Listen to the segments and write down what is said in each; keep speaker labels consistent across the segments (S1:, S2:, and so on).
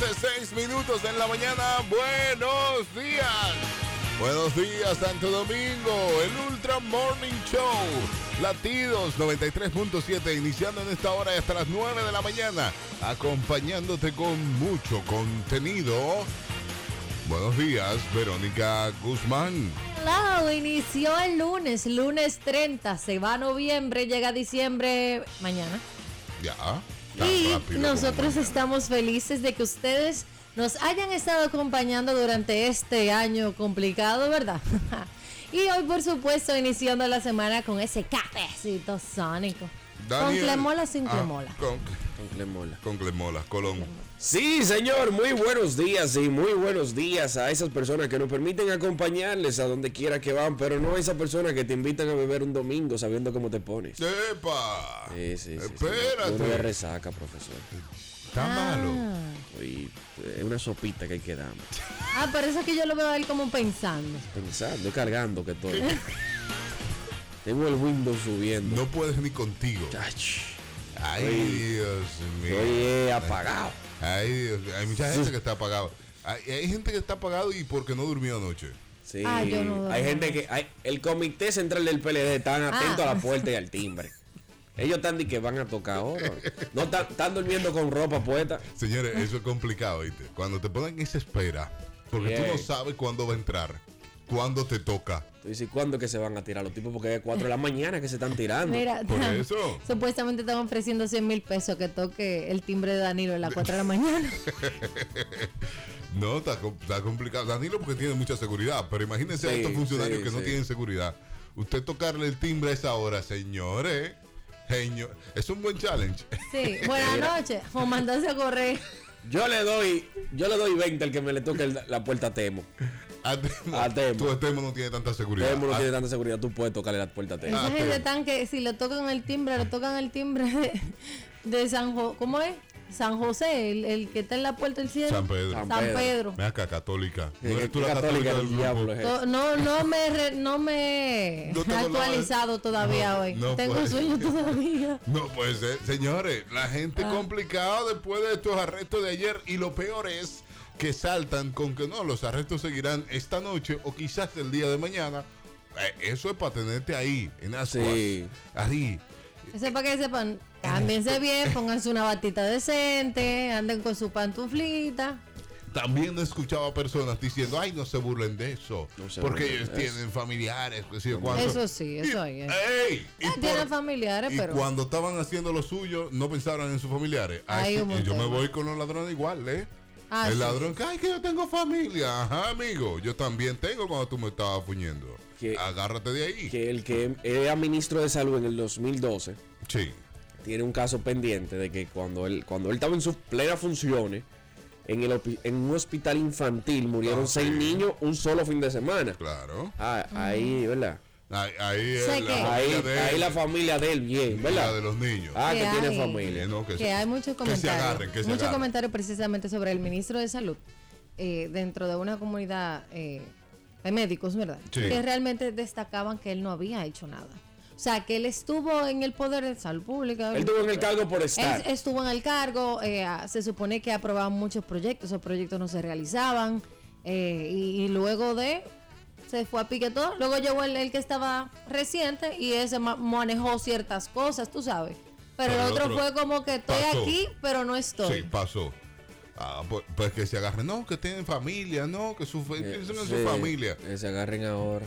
S1: 13, 6 minutos en la mañana. Buenos días. Buenos días, Santo Domingo. El Ultra Morning Show. Latidos 93.7, iniciando en esta hora y hasta las 9 de la mañana. Acompañándote con mucho contenido. Buenos días, Verónica Guzmán.
S2: Hello, inició el lunes, lunes 30, se va a noviembre, llega a diciembre mañana.
S1: Ya. tan
S2: Y
S1: rápido como
S2: nosotros
S1: mañana.
S2: estamos felices de que ustedes nos hayan estado acompañando durante este año complicado, ¿verdad? y hoy, por supuesto, iniciando la semana con ese cafecito sónico. Con
S1: Daniel.
S2: clemola, sin
S1: Ah,
S2: clemola.
S1: con,
S3: Con Clemola.
S1: con clemola, Colón.
S3: Sí, señor, muy buenos días y muy buenos días a esas personas que nos permiten acompañarles a donde quiera que van, pero no a esas personas que te invitan a beber un domingo sabiendo cómo te pones.
S1: ¡Epa!
S3: Sí, sí, sí. sí.
S1: Espérate.
S3: Uno de resaca, profesor.
S1: Está malo.
S3: Y eh, una sopita que quedamos.
S2: Ah, por eso es que yo lo veo a él como pensando.
S3: Pensando, cargando que todo. Tengo el Windows subiendo.
S1: No puedes ni contigo.
S3: Ach,
S1: Ay, Dios mío.
S3: Estoy eh, apagado.
S1: Ay, Dios. Hay mucha gente que está apagado. Hay, hay gente que está apagado y porque no durmió anoche.
S3: Sí.
S2: Ah, yo no
S3: hay
S2: duermo.
S3: gente que. Hay, el comité central del PLD están atentos
S2: Ah.
S3: a la puerta y al timbre. Ellos están de que van a tocar ahora. No están, están durmiendo con ropa puesta.
S1: Señores, eso es complicado, ¿viste? Cuando te ponen esa espera, porque tú no
S3: Bien.
S1: sabes cuándo va a entrar, cuándo te toca.
S3: Tú dices, ¿cuándo es que se van a tirar los tipos? Porque es 4 de la mañana que se están tirando.
S2: Mira,
S1: Por eso.
S2: supuestamente están ofreciendo 100 mil pesos que toque el timbre de Danilo a las 4 de la mañana.
S1: No, está, com- está complicado. Danilo porque tiene mucha seguridad, pero imagínense a
S3: Sí,
S1: estos funcionarios
S3: sí,
S1: que no
S3: sí.
S1: tienen seguridad. Usted tocarle el timbre a esa hora, señores. Señor, es un buen challenge.
S2: Sí, buenas noches. O mandarse a correr.
S3: Yo le doy, yo le doy 20 al que me le toque el- la puerta a Temo.
S1: A Temo,
S3: A Temo.
S1: Tu Temo no tiene tanta seguridad. Ah,
S3: Temo no
S1: A-
S3: tiene tanta seguridad, tú puedes tocarle la puerta a Temo.
S2: Esa
S1: Ah,
S2: gente
S1: pero-
S2: tan que si le tocan el timbre, le tocan el timbre de, de San José. ¿Cómo es? San José, el, el que está en la puerta del cielo.
S1: San Pedro.
S2: San
S3: Pedro.
S2: Pedro.
S1: Ven acá, católica.
S3: Sí, que- que católica del diablo eh? es esa.
S2: To- No, no me, re- no me he
S1: Eh. No tengo nada.
S2: actualizado todavía
S1: No,
S2: hoy.
S1: no
S2: Tengo
S1: puede.
S2: sueño todavía.
S1: No puede ser. Señores, la
S2: Ah.
S1: gente complicada después de estos arrestos de ayer. Y lo peor es que saltan con que no, los arrestos seguirán esta noche o quizás el día de mañana. Eh, eso es para tenerte ahí, en Ascuas.
S3: Sí.
S1: Ahí.
S2: Eso es para que sepan, cámbiense bien, pónganse una batita decente, anden con su pantuflita.
S1: También he escuchado a personas diciendo, ay, no se burlen de eso.
S3: No se
S1: porque
S3: burlen
S1: ellos
S3: de
S1: tienen familiares, qué sé yo cuánto".
S2: Eso sí, eso
S1: Y-
S2: es.
S1: ¡Ey! Y
S2: Ah, tienen
S1: por-
S2: familiares,
S1: Y
S2: pero.
S1: cuando estaban haciendo lo suyo, no pensaron en sus familiares. Ay,
S2: Hay
S1: sí,
S2: un
S1: yo
S2: montón.
S1: me voy con los ladrones igual, ¿eh?
S2: Ah,
S1: el
S2: sí.
S1: ladrón, ay, que yo tengo familia. Ajá, amigo, yo también tengo cuando tú me estabas puñendo.
S3: Que-
S1: Agárrate de ahí.
S3: Que el que era ministro de salud en el 2012
S1: Sí.
S3: tiene un caso pendiente de que cuando él, cuando él estaba en sus plenas funciones, en, el, hopi- en un hospital infantil murieron
S1: Ah,
S3: seis
S1: sí.
S3: niños un solo fin de semana.
S1: Claro.
S3: Ah, ahí, ¿verdad?
S1: Ahí, ahí es
S2: Sé
S1: la
S2: que-
S1: familia
S3: Ahí,
S1: de
S3: ahí
S1: él,
S3: la familia de él, bien,
S1: la de
S3: ¿verdad?
S1: los niños.
S3: Ah, que
S2: Que hay.
S3: tiene
S1: Que
S3: familia.
S1: no, que,
S2: que
S1: se-
S2: hay muchos
S1: que se
S2: comentarios.
S1: agarren, que se
S2: muchos
S1: agarren.
S2: comentarios precisamente sobre el ministro de Salud eh, dentro de una comunidad eh, de médicos, ¿verdad?
S1: Sí.
S2: Que realmente destacaban que él no había hecho nada. O sea, que él estuvo en el poder de salud pública.
S3: Él tuvo en el cargo por
S2: Él
S3: estar.
S2: estuvo en el cargo, eh, ah, se supone que aprobaban muchos proyectos, esos proyectos no se realizaban, eh, y, y luego de se fue a piquetón, luego llegó el, el que estaba reciente y ese ma- manejó ciertas cosas, tú sabes. Pero, el otro, fue como que estoy
S1: pasó.
S2: aquí, pero no estoy.
S1: Sí, pasó. Ah, pues, pues que se agarren. No, que tienen familia, no, que su, piensen en su
S3: Eh, Sí,
S1: familia.
S3: que se agarren ahora.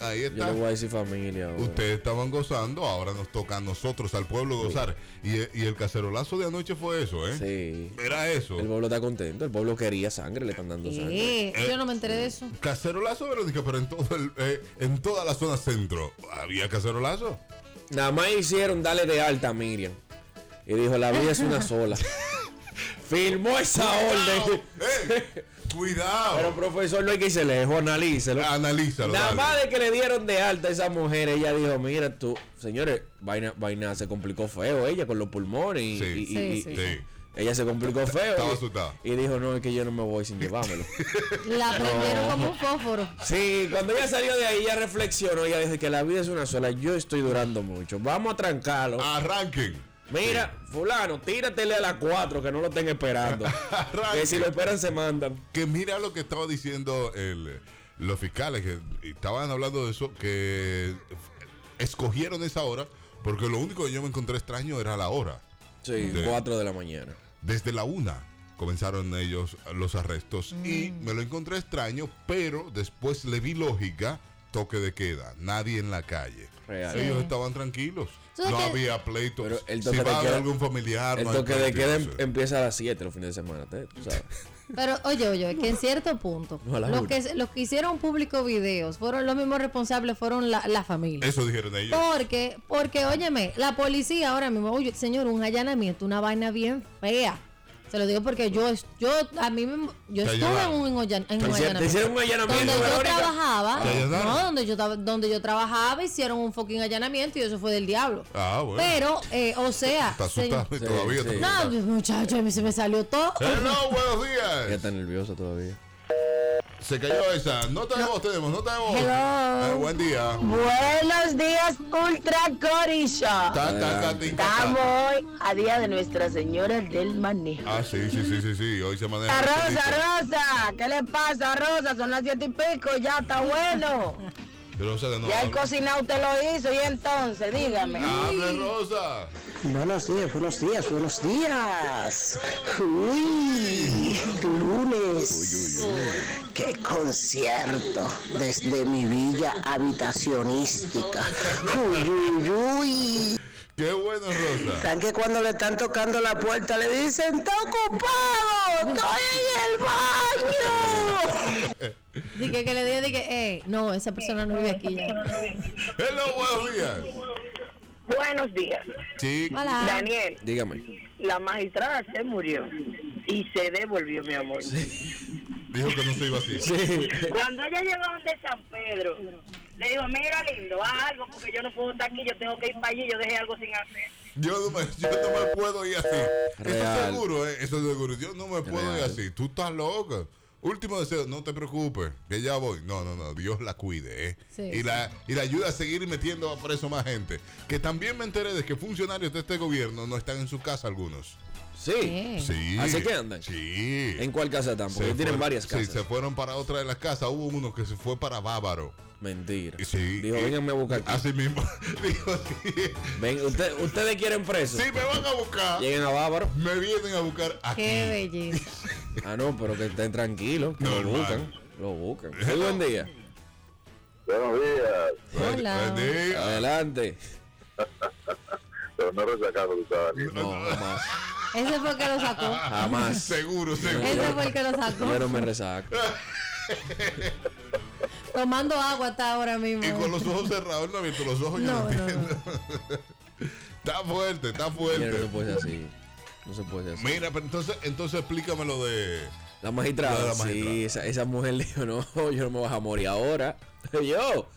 S1: Ahí
S3: Yo
S1: está.
S3: le voy a decir familia ahora.
S1: Ustedes estaban gozando, ahora nos toca a nosotros, al pueblo, gozar. Y, y el cacerolazo de anoche fue eso, ¿eh?
S3: Sí.
S1: Era eso.
S3: El pueblo está contento. El pueblo quería sangre, le están dando sangre.
S2: Eh, yo no me enteré de eso.
S1: eh, Cacerolazo, Verónica, pero en, todo el, eh, en toda la zona centro. ¿Había cacerolazo?
S3: Nada más hicieron darle de alta a Miriam. Y dijo, la vida es una sola. Firmó esa orden.
S1: ¡Eh!
S3: Pero
S1: ¡Cuidado!
S3: profesor, no hay que irse lejos, analícelo.
S1: Analízalo.
S3: Nada
S1: dale.
S3: más de que le dieron de alta a esa mujer, ella dijo, mira tú, señores, vaina, vaina se complicó feo ella con los pulmones y,
S1: Sí.
S3: y-
S2: Sí,
S3: y-
S2: sí.
S3: y-
S1: Sí.
S3: ella se complicó feo.
S1: estaba
S3: y-
S1: asustada.
S3: Y dijo, no, es que yo no me voy sin llevármelo.
S2: La prendieron como un fósforo.
S3: sí, cuando ella salió de ahí, ella
S1: Ah,
S3: reflexionó, ella dijo que la vida es una sola, yo estoy durando mucho, vamos a trancarlo.
S1: Arranquen.
S3: Mira, fulano, tíratele a las 4 que no lo estén esperando. que si lo esperan se mandan.
S1: Que mira lo que estaba diciendo el- los fiscales, que estaban hablando de eso, que escogieron esa hora, porque lo único que yo me encontré extraño era la hora.
S3: Sí,
S1: Sí.
S3: 4 de la mañana.
S1: Desde la una comenzaron ellos los arrestos y
S4: Mm.
S1: me lo encontré extraño, pero después le vi lógica, toque de queda, nadie en la calle.
S3: Real.
S1: Ellos estaban tranquilos,
S2: ¿Sabes
S1: no
S2: qué?
S1: había pleitos.
S3: Pero el
S1: si
S3: toque de
S1: va a haber
S3: queda-
S1: algún familiar,
S3: El
S1: Ah, no hay
S3: toque de
S1: pleito,
S3: queda
S1: no
S3: em-
S1: sé.
S3: empieza a las 7 los fines de semana, te- tú sabes.
S2: Pero oye, oye, que en cierto punto,
S3: No, a la
S2: los,
S3: una.
S2: que, los que hicieron público videos, fueron los mismos responsables, fueron la, la familia.
S1: Eso dijeron ellos.
S2: Porque, porque, óyeme, la policía ahora mismo, oye, señor, un allanamiento, una vaina bien fea. Se lo digo porque yo, es- yo a mí me, yo
S1: Te
S2: estuve en
S1: allanaron.
S2: un, allan- en un
S3: Te hicieron-
S2: allanamiento.
S3: te hicieron un allanamiento,
S2: Donde yo
S3: Verónica.
S2: trabajaba,
S1: Te allanaron.
S2: no, donde yo, tra- donde yo trabajaba, hicieron un fucking allanamiento y eso fue del diablo.
S1: Ah, bueno.
S2: Pero, eh, o sea,
S1: Está asustado
S2: señor-
S1: y todavía.
S3: sí.
S1: está asustado.
S2: no, muchachos, a mí se me salió todo.
S1: Hello, buenos
S3: Ya
S1: días.
S3: está nervioso todavía.
S1: Se cayó esa. Nota de voz tenemos, nota de voz.
S4: Hello.
S1: Eh, buen día.
S4: Buenos días, Ultra Corisha.
S1: Ta, ta, ta, ti, ta, ta.
S4: Estamos hoy a día de Nuestra Señora del Manejo.
S1: Ah, sí, sí, sí, sí, sí. Hoy se maneja.
S4: La Rosa,
S1: rapidito.
S4: Rosa, ¿qué le pasa, Rosa? Son las siete y pico, ya está bueno.
S1: Rosa de nuevo.
S4: Ya el cocinado te lo hizo, y entonces, dígame.
S1: Hable, Rosa.
S5: Buenos días, buenos días, buenos días. Uy, lunes. Qué concierto desde mi villa habitacionística. Uy, uy, uy.
S1: Qué bueno, Rosa.
S5: Tan que cuando le están tocando la puerta le dicen, está ocupado, estoy en el baño.
S2: Dije que le dije, dije, eh, no, esa persona no vive aquí ya.
S1: Hello, buenos días.
S6: Buenos días.
S1: Sí.
S4: Ah.
S2: Hola.
S6: Daniel,
S3: Dígame.
S6: la magistrada se murió y se devolvió, mi amor.
S1: Dijo que no se iba así.
S6: Cuando ella llegó donde San Pedro, le digo, mira, lindo, haz algo porque yo no puedo estar aquí, yo tengo que ir para allí, yo dejé algo sin hacer.
S1: Yo no me, yo no me puedo ir así. Eso es
S3: Real.
S1: seguro, ¿eh? Eso es seguro. Yo no me puedo ir
S3: Real.
S1: así. Tú estás loca. Último deseo, no te preocupes, que ya voy. No, no, no, Dios la cuide, ¿eh?
S2: Sí.
S1: Y, la, y la ayuda a seguir metiendo a preso más gente. Que también me enteré de que funcionarios de este gobierno no están en su casa algunos.
S3: Sí.
S2: Eh.
S1: Sí.
S3: ¿Así que andan?
S1: Sí.
S3: ¿En cuál casa están? Porque
S1: Se
S3: tienen
S1: fueron-
S3: varias
S1: Sí, se
S3: casas.
S1: fueron para otra de las casas. Hubo uno que se fue para Bávaro.
S3: Mentira.
S1: Y Sí.
S3: Dijo,
S1: y-
S3: vénganme a buscar aquí.
S1: Así mismo. Dijo, sí,
S3: Ven, usted- ustedes quieren preso.
S1: sí, me van a buscar.
S3: Lleguen a Bávaro.
S1: Me vienen a buscar aquí.
S2: Qué belleza.
S3: Ah, no, pero que estén tranquilos. que lo
S1: Normal.
S3: buscan. Lo buscan. Muy buen día.
S7: Buenos días,
S1: Buen-
S2: Hola.
S1: buen día.
S3: Adelante.
S7: pero no resacado, tú sabes.
S3: No, jamás.
S2: Ese fue el que lo sacó.
S3: Jamás.
S1: Seguro, seguro.
S2: Ese fue el que lo sacó.
S3: Yo no me resaco.
S2: Tomando agua está ahora mismo.
S1: Y con los ojos cerrados, él no ha abierto los ojos, yo no
S2: No, no, no.
S1: entiendo. está fuerte, está
S3: Mira, no se
S1: fuerte.
S3: puede ser así. No se puede ser así.
S1: Mira, pero entonces, entonces explícame lo de.
S3: La magistrada,
S1: La de la
S3: sí,
S1: magistrada.
S3: esa, esa mujer le dijo, no, yo no me vas a morir ahora. Yo.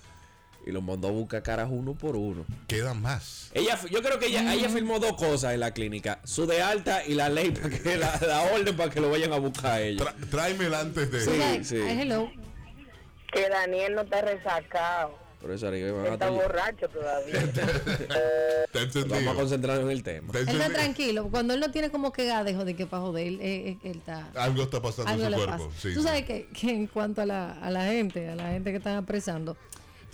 S3: Y lo mandó a buscar caras uno por uno.
S1: Quedan más.
S3: Ella, fi- yo creo que ella, ella firmó dos cosas en la clínica. Su de alta y la ley, para que la, la orden para que lo vayan a buscar a ella.
S1: Tra- tráemela antes de.
S2: Tú sabes,
S3: sí.
S2: ay, hello.
S4: Que Daniel no está resacado,
S6: Ah,
S3: Por eso, Ariel, van a
S4: está
S3: estar-
S4: borracho todavía.
S1: Está
S3: Vamos a
S1: encendido.
S3: concentrarnos en el tema.
S1: Está
S2: Él está
S1: encendido.
S2: tranquilo. Cuando él no tiene como que gadejo de que para joder, él, él- él está.
S1: Algo está pasando
S2: Algo
S1: en
S2: le
S1: Ah, su
S2: pasa.
S1: cuerpo. Sí,
S2: Tú
S1: sí.
S2: sabes que, que en cuanto a la, a la gente, a la gente que están apresando, tú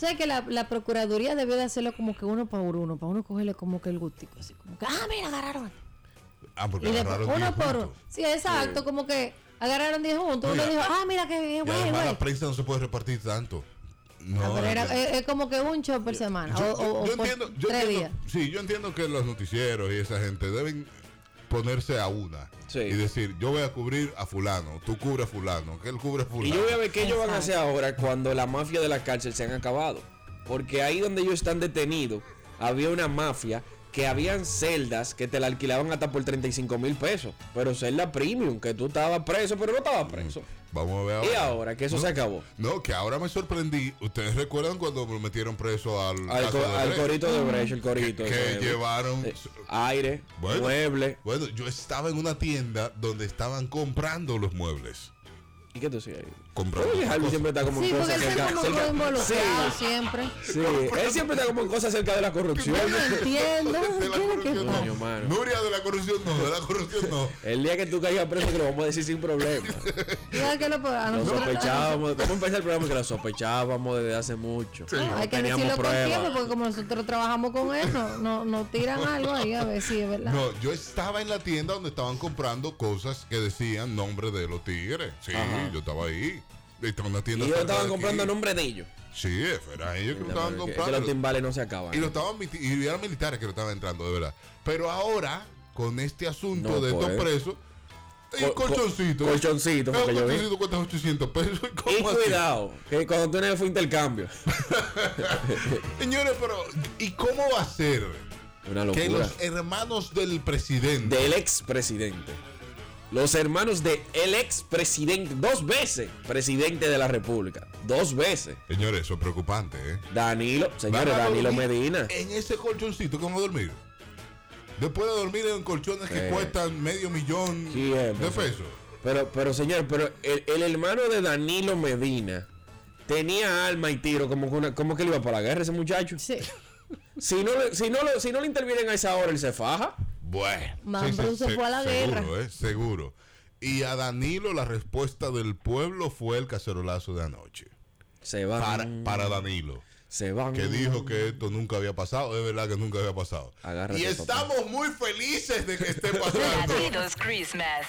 S2: sabes que la, la Procuraduría debió de hacerlo como que uno por uno, para uno cogerle como que el gustico, así como que, ah, mira, agarraron.
S1: Ah, porque
S2: Y después,
S1: agarraron
S2: uno
S1: 10
S2: por uno.
S1: puntos.
S2: Sí, exacto, como que agarraron 10 juntos. Uno
S1: Oiga.
S2: dijo, ah, mira, que
S1: Y
S2: güey,
S1: además
S2: güey.
S1: la prensa no se puede repartir tanto. No,
S2: Ah, pero era-
S1: ya.
S2: es, es como que un show por semana.
S1: yo,
S2: o, o- o
S1: yo
S2: por
S1: entiendo, yo
S2: tres
S1: entiendo-
S2: días.
S1: sí, yo entiendo que los noticieros y esa gente deben ponerse a una
S3: Sí.
S1: y decir, yo voy a cubrir a fulano, tú cubre a fulano, que él cubre a
S3: Y
S1: fulano.
S3: yo voy a ver qué ellos van a hacer ahora cuando la mafia de la cárcel se han acabado. Porque ahí donde ellos están detenidos, había una mafia que habían celdas que te la alquilaban hasta por 35 mil pesos. Pero celda premium, que tú estabas preso, pero no estabas preso.
S1: Vamos a ver Mm. ahora.
S3: Y ahora que eso se acabó.
S1: No, que ahora me sorprendí. Ustedes recuerdan cuando me metieron preso al,
S3: Al,
S1: caso
S3: co-
S1: de
S3: al
S1: Brecht?
S3: corito de Brecht, el corito.
S1: que
S3: ese,
S1: llevaron-
S3: aire,
S1: Bueno.
S3: mueble.
S1: Bueno, yo estaba en una tienda donde estaban comprando los muebles.
S3: ¿Y qué tú sigues ahí?
S1: Comprando
S3: ¿Por qué Harvey
S1: cosas.
S3: siempre está como
S2: Sí,
S3: en
S2: porque
S3: cosas
S2: él está
S3: cerca,
S2: como
S3: cerca-
S2: involucrado siempre.
S3: Sí, sí, él siempre está como en cosas cerca de la corrupción.
S2: No entiendo.
S1: De la
S2: ¿qué es lo que
S1: corrupción
S2: pasa?
S3: Coño, mano.
S1: Nuria de la corrupción no, de la corrupción no.
S3: El día que tú caigas preso te lo vamos a decir sin problema.
S2: ¿Tú sabes qué lo puedo- a
S3: Lo
S2: nosotros-
S3: sospechábamos. ¿Cómo empezó el programa? Que lo sospechábamos desde hace mucho.
S2: No, Ah, hay que
S3: Teníamos
S2: decirlo con
S3: pruebas.
S2: tiempo porque como nosotros trabajamos con eso, no, no tiran algo ahí a ver si es verdad.
S1: No, yo estaba en la tienda donde estaban comprando cosas que decían nombre de los tigres. Sí,
S3: Ajá.
S1: yo estaba ahí. Estaba en una
S3: Y
S1: tienda
S3: ellos
S1: cerca
S3: estaban
S1: de
S3: comprando a
S1: aquí.
S3: nombre de ellos.
S1: Sí, era ellos que lo estaban
S3: Que, que
S1: comprando.
S3: los timbales no se acaban.
S1: Y lo estaban miti- y eran militares que lo estaban entrando, de verdad. Pero ahora, con este asunto
S3: No,
S1: de estos
S3: pues.
S1: presos, el
S3: Co- co-
S1: colchoncito.
S3: colchoncito,
S1: El
S3: porque yo vi.
S1: colchoncito cuesta 800 pesos.
S3: Y
S1: ¿cómo así?
S3: cuidado, que cuando tú en el fue intercambio.
S1: Señores, pero ¿y cómo va a ser
S3: Una
S1: que
S3: locura.
S1: los hermanos del presidente
S3: Del expresidente. Los hermanos de el expresidente. Dos veces presidente de la República. Dos veces.
S1: Señores, eso es preocupante, ¿eh?
S3: Danilo, señores,
S1: Van a
S3: Danilo
S1: dormir
S3: Medina.
S1: En ese colchoncito, ¿cómo dormir? Después de dormir en colchones que
S3: Eh.
S1: cuestan medio millón
S3: Sí, eh,
S1: de
S3: pues,
S1: pesos.
S3: Pero, pero señor, pero el, el hermano de Danilo Medina tenía alma y tiro, como que, una- como que le iba para la guerra ese muchacho.
S2: Sí.
S3: Si no, le- si, no lo- si no le intervienen a esa hora, él se faja.
S1: Bueno.
S2: Man Bruce se fue a la
S1: seguro,
S2: guerra.
S1: eh, seguro. Y a Danilo la respuesta del pueblo fue el cacerolazo de anoche.
S3: Se va.
S1: Para, para Danilo,
S3: se van.
S1: que dijo que esto nunca había pasado. Es verdad que nunca había pasado.
S3: Agárrate,
S1: y
S3: papá.
S1: estamos muy felices de que esté pasando.
S8: Latidos Christmas.